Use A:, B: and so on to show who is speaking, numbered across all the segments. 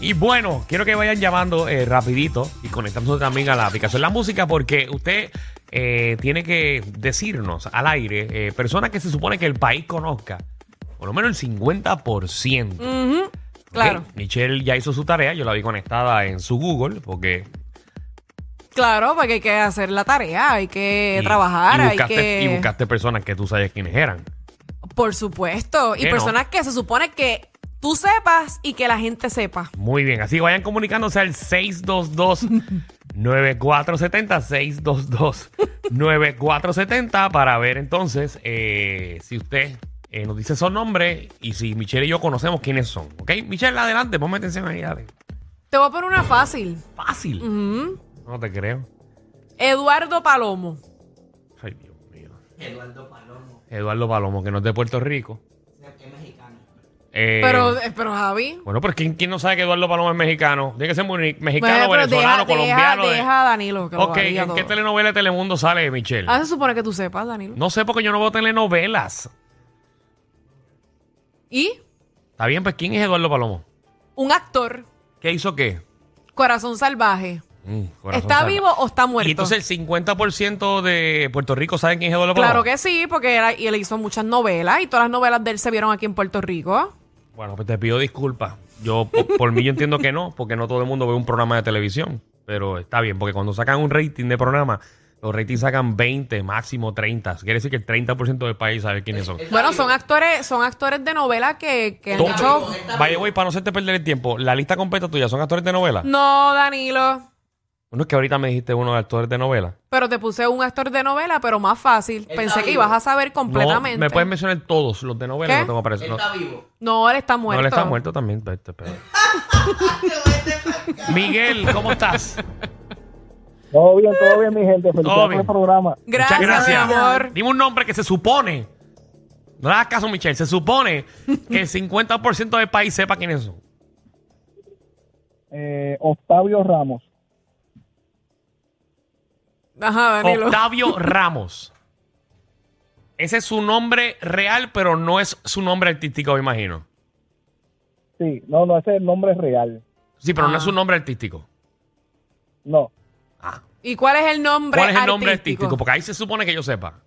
A: Y bueno, quiero que vayan llamando eh, rapidito y conectándose también a la aplicación La Música porque usted eh, tiene que decirnos al aire eh, personas que se supone que el país conozca, por lo menos el 50%.
B: Ujú,
A: ¿ok?
B: Mm, Claro,
A: Michelle ya hizo su tarea, yo la vi conectada en su Google porque...
B: claro, porque hay que hacer la tarea, hay que
A: y-
B: trabajar,
A: y
B: hay
A: buscaste,
B: que...
A: y buscaste personas que tú sabes quiénes eran.
B: Por supuesto, y
A: Que no.
B: personas que se supone que tú sepas y que la gente sepa.
A: Muy bien, así vayan comunicándose al 622-9470, 622-9470 para ver entonces eh, si usted eh, nos dice esos nombres y si Michelle y yo conocemos quiénes son. ¿Ok? Michelle, adelante, ponme atención ahí, dale.
B: Te voy a poner una fácil.
A: Fácil. No te creo.
B: Eduardo Palomo.
A: Ay, Dios mío. Eduardo Palomo, que no es de Puerto Rico. Eh,
B: Pero, eh, pero Javi.
A: Bueno, pero ¿quién, quién no sabe que Eduardo Palomo es mexicano? Tiene que ser muy-
B: Bueno,
A: mexicano,
B: pero
A: venezolano, colombiano.
B: Deja,
A: de-
B: deja a Danilo. Que lo
A: Ok,
B: valía
A: ¿en qué
B: todo.
A: telenovela de Telemundo sale Michelle?
B: Ah, se supone que tú sepas, Danilo.
A: No sé porque yo no veo telenovelas.
B: Y
A: Está bien, pues ¿quién es Eduardo Palomo?
B: un actor,
A: ¿Qué hizo qué?
B: Corazón Salvaje.
A: Mm, corazón
B: ¿Está
A: salva.
B: vivo o está muerto?
A: Y entonces el 50% de Puerto Rico saben quién es Eduardo Palomo.
B: Claro que sí, porque era- y él hizo muchas novelas y todas las novelas de él se vieron aquí en Puerto Rico.
A: Bueno, pues te pido disculpas. Yo, po- por, mí, yo entiendo que no, porque no todo el mundo ve un programa de televisión. Pero está bien, porque cuando sacan un rating de programa, los ratings sacan 20, máximo 30. Quiere decir que el 30% del país sabe quiénes son.
B: Bueno, son actores, son actores de novela que, que han
A: Todo-
B: hecho.
A: Vaya, güey, para no hacerte perder el tiempo, la lista completa tuya son actores de novela.
B: No, Danilo.
A: Uno es que ahorita me dijiste uno de actores de novela.
B: Pero te puse un actor de novela, pero más fácil. Pensé que ibas a saber completamente.
A: No, me puedes mencionar todos los de novela,
B: ¿Qué?
A: no tengo para eso. No,
B: No, él está
A: no,
B: muerto.
A: él está muerto también. pero este pedo.
C: Este
A: Miguel, ¿cómo estás?
D: Todo bien, todo bien, mi gente.
A: Todo
D: Felicidades por
A: bien.
D: el programa.
B: Gracias,
A: Muchas
B: mi amor.
A: Dime un nombre que se supone. No le hagas caso, Michelle. Se supone que el 50% del país sepa quiénes son.
D: Eh, Octavio Ramos.
B: Ajá, Danilo.
A: Octavio Ramos. Ese es su nombre real, pero no es su nombre artístico, me imagino.
D: Sí, no, no, ese es el nombre real.
A: Sí, pero no
B: Ah.
A: es su nombre artístico.
D: No,
A: Ah.
B: ¿Y cuál es el nombre
A: ¿Cuál es el
B: artístico?
A: nombre artístico? Porque ahí se supone que yo sepa.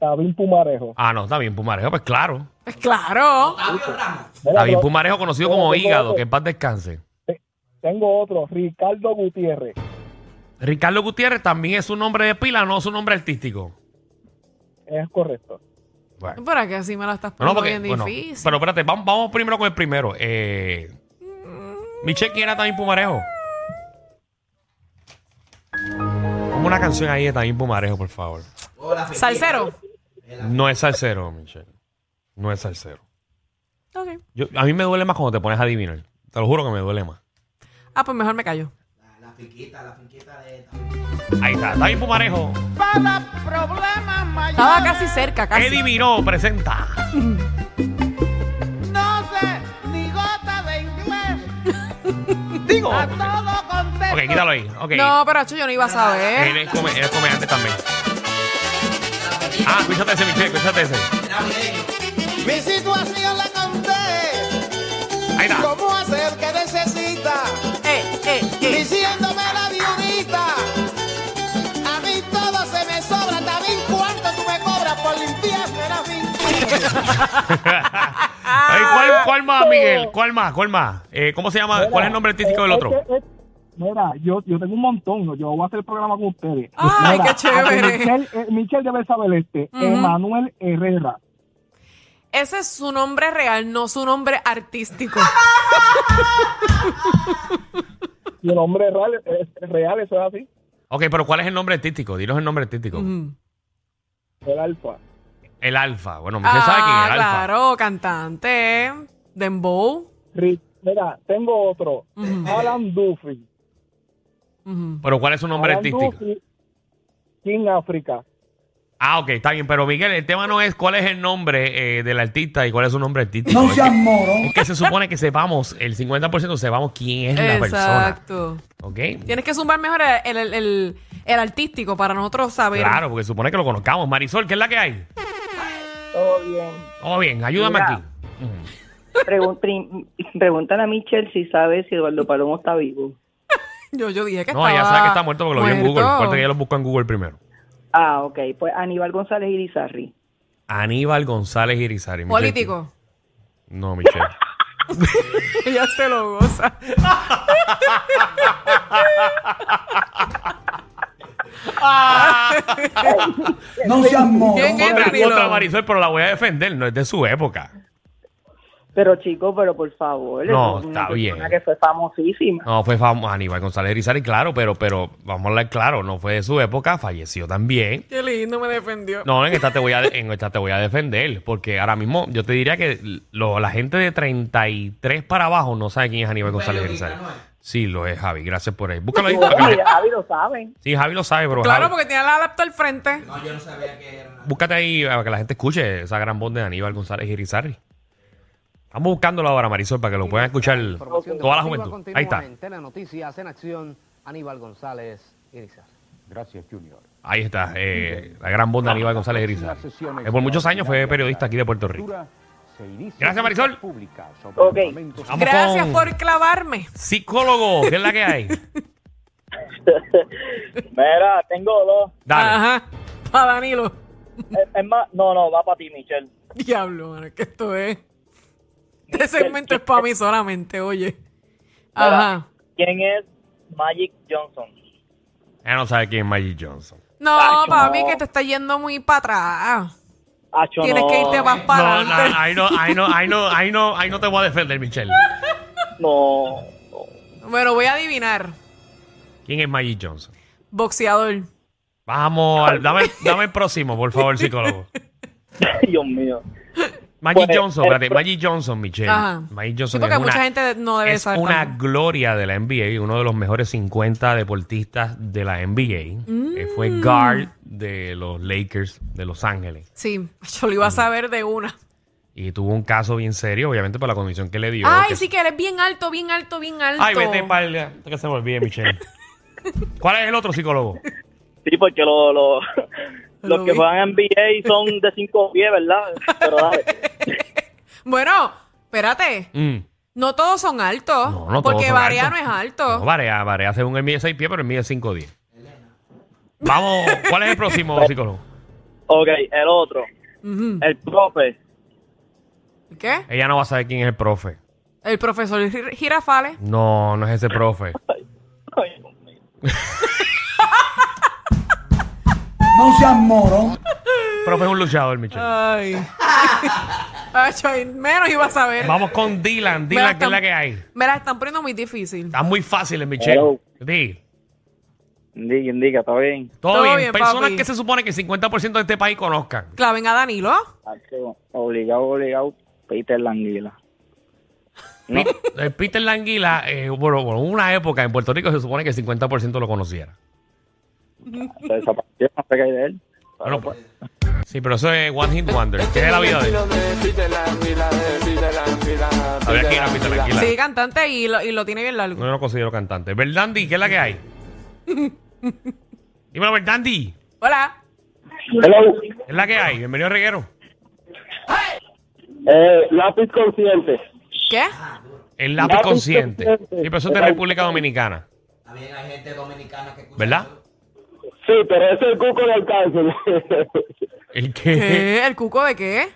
D: David Pumarejo.
A: Ah, no, está bien, Pumarejo, pues claro.
B: Pues claro.
D: Mira,
A: David
D: pero
A: Pumarejo, conocido
D: Mira,
A: como
D: tengo
A: Hígado,
D: otro.
A: que en paz descanse.
D: Tengo otro, Ricardo Gutiérrez.
A: Ricardo Gutiérrez también es un nombre de pila, no es un nombre artístico.
D: Es correcto.
A: Bueno.
B: ¿Para que así me la estás
A: No, no,
B: poniendo
A: porque,
B: bien
A: bueno,
B: difícil?
A: pero espérate, vamos, vamos primero con el primero. Eh,
B: Mm.
A: Michelle, ¿quién era También Pumarejo? Ponme una canción ahí de También Pumarejo, por favor.
B: Salsero.
A: No es salsero, Michelle. No es salsero.
B: Ok.
A: Yo- a mí me duele más cuando te pones a adivinar. Te lo juro que me duele más.
B: Ah, pues mejor me callo.
A: Ahí está, También Pumarejo.
B: Estaba casi cerca, casi.
A: Eddie Miró presenta.
E: No sé ni gota de inglés.
A: Digo.
E: A todo contesto.
A: Ok, quítalo ahí. Ok.
B: No, pero acho, yo no iba a
A: Él
B: saber.
A: es, come- él es comediante también. Ah, escúchate ese, Michelle, escúchate ese.
E: Mi situación la conté.
A: Ahí está.
E: ¿Cómo hacer que necesita?
B: Eh, eh, eh.
E: Diciéndome la viudita. A mí todo se me sobra. También cuánto tú me cobras por limpiarme la fin.
A: Ay, ¿cuál, cuál más, Miguel? ¿Cuál más? ¿Cuál más? Eh, ¿Cómo se llama? ¿Cuál es el nombre artístico del
D: Eh,
A: otro?
D: es que, es- mira, yo, yo tengo un montón. ¿no? Yo voy a hacer el programa con ustedes.
B: Ay,
D: Mira,
B: qué chévere.
D: Michelle, eh, Michelle debe saber este. Emanuel Herrera.
B: Ese es su nombre real, no su nombre artístico.
D: Y el nombre real, es, es real, eso es así.
A: Ok, pero ¿cuál es el nombre artístico? Dinos el nombre artístico.
B: Mm.
D: El alfa.
A: El Alfa. Bueno, Michelle sabe quién es
B: Ah,
A: el Alfa.
B: claro, cantante. Dembow.
D: Ri- Mira, tengo otro. Alan Duffy.
B: Ujú.
A: Pero ¿cuál es su nombre
D: Alan
A: artístico?
D: Duffy, King África.
A: Ah, ok, está bien. Pero Miguel, el tema no es cuál es el nombre eh, del artista y cuál es su nombre artístico. No seas moro. Es que se supone que sepamos, el 50% sepamos quién es la persona.
B: Exacto.
A: Ok.
B: Tienes que zumbar mejor el, el- el- el artístico para nosotros saber.
A: Claro, porque supone que lo conozcamos. Marisol, ¿qué es la que hay?
D: Todo bien.
A: Todo bien, ayúdame
D: Mira.
A: aquí. Ujú.
F: Pregun- prim- Preguntan a Michelle si sabe si Eduardo Palomo está vivo.
B: Yo, yo dije que
A: No,
B: estaba
A: ella sabe que está muerto porque lo vio en Google.
B: muerto.
A: Recuerda que ella lo buscó en Google primero.
F: Ah, ok. Pues Aníbal González Irizarry.
A: Aníbal González Irizarry. Michelle.
B: Político.
A: No, Michelle.
B: ella se lo goza.
G: No seas moro.
B: ¿Quién es
A: otra, otra
B: Danilo?
A: Marisol, pero la voy a defender. No es de su época.
F: Pero chico, pero por favor.
A: No,
F: es
A: está bien.
F: persona que fue famosísima.
A: No, fue famoso Aníbal González Irizarry, claro, pero, pero vamos a hablar claro, no fue de su época, falleció también.
B: Qué lindo me defendió.
A: No, en esta te voy a, en esta te voy a defender, porque ahora mismo yo te diría que lo- la gente de 33 para abajo no sabe quién es Aníbal González Irizarry. Sí, lo es, Javi, gracias por ahí. Búscalo ahí. para que la
F: Bueno,
A: gente-
F: ya Javi lo saben.
A: Sí, Javi lo sabe, pero
B: Claro,
A: Javi,
B: porque tiene la laptop al frente.
A: búscate ahí para que la gente escuche esa gran voz de Aníbal González Irizarry. Estamos buscándolo ahora, Marisol, para que lo puedan escuchar toda la juventud. Ahí está,
H: La noticias en acción, Aníbal González Irizar. Gracias, Junior.
A: ahí está, eh, la gran voz de Aníbal González Irizarry.
H: sesiones
A: Que por muchos años fue periodista aquí de Puerto Rico.
H: Se inicia
A: Gracias, Marisol.
H: pública sobre
F: Ok.
H: momentos
A: Vamos
B: Gracias
A: con
B: por clavarme.
A: psicólogo, ¿qué es la que hay?
I: Mira, tengo dos.
A: Dale.
B: Ajá. Para Danilo.
I: Es, es más, no, no, va para ti, Michelle.
B: Diablo, mano, es que esto es. Este segmento es para mí solamente, oye.
I: Mira,
B: Ajá.
I: ¿Quién es Magic Johnson?
A: Ya no sabe quién es Magic Johnson.
B: No,
I: Tacho,
B: papi,
I: no.
B: que te está yendo muy para atrás.
I: Acho,
B: Tienes
I: no.
B: que irte más
A: No,
B: para
A: no,
B: adelante.
A: ahí no, ahí no, ahí no, ahí no, ahí no te voy a defender, Michelle.
I: No. no.
B: Bueno, voy a adivinar.
A: ¿Quién es Magic Johnson?
B: Boxeador.
A: Vamos, al- dame,
I: pues.
A: dame el próximo, por favor, psicólogo.
I: Dios mío.
A: Magic
I: Pues,
A: Johnson,
I: el-
A: espérate, Magic Johnson, Michelle.
B: Ajá.
A: Magic
B: Sí,
A: Johnson
B: porque
A: es
B: mucha
A: una,
B: gente no debe
A: es
B: saber.
A: una
B: tampoco.
A: gloria de la NBA, uno de los mejores 50 deportistas de la NBA. Eh,
B: Mm.
A: fue guard de los Lakers de Los Ángeles.
B: Sí, yo
A: Mm.
B: lo iba a saber de una.
A: Y tuvo un caso bien serio, obviamente, por la condición que le dio.
B: Ay,
A: que
B: sí que eres bien alto, bien alto, bien alto.
A: Ay, vete para que se me olvide, Michelle. ¿Cuál es el otro psicólogo?
I: Sí, porque lo, lo-
B: Lo
I: los que
B: vi.
I: juegan NBA son de cinco pies, ¿verdad? Pero dale.
B: Bueno, espérate.
A: Mm.
B: No todos son altos.
A: No, no todos
B: porque
A: son
B: Barea
A: altos.
B: no es alto.
A: No, Varea, Varea según él mide 6 pies, pero él mide 5 10. Vamos, ¿cuál es el próximo psicólogo?
I: Ok, el otro.
B: Ujú.
I: El profe.
B: ¿Qué?
A: Ella no va a saber quién es el profe.
B: El profesor Gir- Girafales.
A: No, no es ese profe.
I: Ay, Dios mío.
G: No seas moro.
A: profe es un luchador, Michelle.
B: Ay. Acho, ahí menos iba a saber.
A: Vamos con Dylan, Dylan, ¿qué es la que hay?
B: Me la están poniendo muy difícil.
A: Está muy fácil, eh, Michelle.
I: Hello.
A: Di,
I: Indica, indica, está bien.
A: todo,
B: Todo
A: bien.
B: bien,
A: Personas
B: papi.
A: que se supone que el 50% de este país conozcan.
B: Claven a Danilo.
I: Acho, Obligado, obligado. Peter Languila. No.
A: El Eh, Peter Languila, eh, bueno, bueno, hubo una época en Puerto Rico se supone que el 50% lo conociera.
I: Se desapareció, no sé qué hay de él.
A: Bueno, pues. Sí, pero eso es One Hit Wonder. ¿Qué es la vida de él? Habría que ir a Peter Languila.
B: Sí, cantante y lo, y lo tiene bien largo.
A: No lo considero cantante. Verdandi, ¿qué es la que hay? Dímelo, Verdandi.
B: Hola.
I: Hello.
A: ¿Qué es la que hay? Bienvenido, Reguero.
I: Eh, lápiz consciente.
B: ¿Qué?
A: El lápiz
I: Lápiz
A: consciente. Sí,
I: consciente.
A: pero eso es de República Dominicana.
C: También hay gente dominicana que escucha
A: ¿Verdad?
C: eso.
I: Sí, pero es el cuco del cáncer.
A: El que.
B: ¿Qué? ¿El cuco de qué?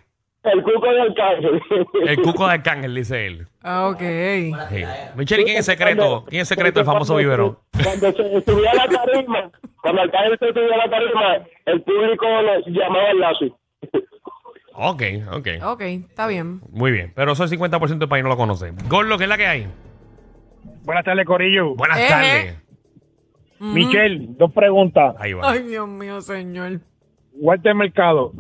I: el cuco del cáncer.
A: El cuco de Arcángel, dice él.
B: Ah, ok.
A: Sí. Michelle, ¿quién es secreto? ¿Quién es secreto el famoso vivero?
I: Cuando se subía a la tarima, cuando el cáncer se subía a la tarima, el público lo llamaba el lápiz.
A: Ok, ok.
B: Ok, está bien.
A: Muy bien. Pero eso el 50% del país no lo conoce. Gorlo, ¿qué es la que hay?
D: Buenas tardes, Corillo.
A: Buenas
B: Ejé.
A: tardes.
B: Ujú.
D: Michelle, dos preguntas.
A: Ahí va.
B: Ay, Dios mío, señor.
D: Walter Mercado.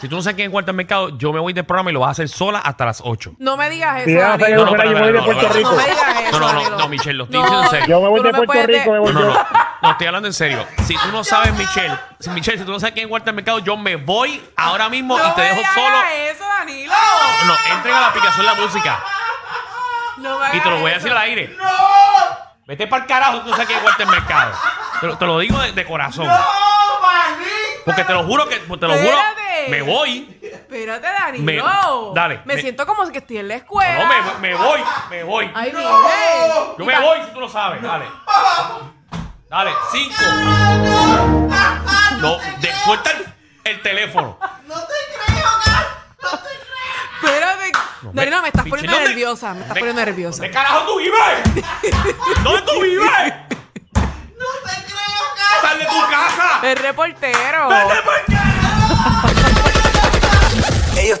A: Si tú no sabes quién es Walter Mercado, yo me voy del programa y lo vas a hacer sola hasta las 8.
B: No me digas
D: Sí,
B: eso,
D: ya,
B: Danilo.
D: Yo fuera, yo me voy de
A: no,
D: Puerto
A: no,
D: Rico.
B: No me digas eso,
A: No, no, no,
B: Danilo.
A: no, Michelle, lo estoy diciendo en serio.
D: Yo me voy
B: tú
D: de
B: no me
D: Puerto
B: puedes
D: Rico, me voy
A: No, no,
D: yo.
A: no. No, estoy hablando en serio. Si tú no sabes, Michelle, si, Michelle, si tú no sabes quién es Walter Mercado, yo me voy ahora mismo
B: No
A: y te
B: me
A: dejo
B: digas
A: solo.
B: eso, Danilo.
A: No, entren a la aplicación la música
B: No me
A: y te lo
B: hagas
A: voy a
B: eso.
A: decir al aire. ¡No! Vete para el carajo si tú no sabes quién es Walter Mercado. Te lo, te lo digo de, de corazón. Porque te lo juro que, te lo juro,
B: Espérate.
A: me voy.
B: Espérate, Danilo.
A: Me- dale,
B: Me,
A: me-
B: siento como que estoy en la escuela.
A: No, me, me voy, me voy.
B: Ay, mire.
A: Yo me voy si tú lo sabes. Dale. Dale, cinco. No, de- suelta el, el teléfono.
B: Espérate.
A: No,
B: Danilo, me estás
A: Pichi,
B: poniendo
A: ¿dónde-
B: nerviosa. Me estás
A: ¿dónde-
B: poniendo nerviosa.
A: ¿Dónde carajo tú vives? ¿Dónde tú vives? ¡Sal de tu casa!
B: El reportero.
A: ¡Vete por acá!
J: Ellos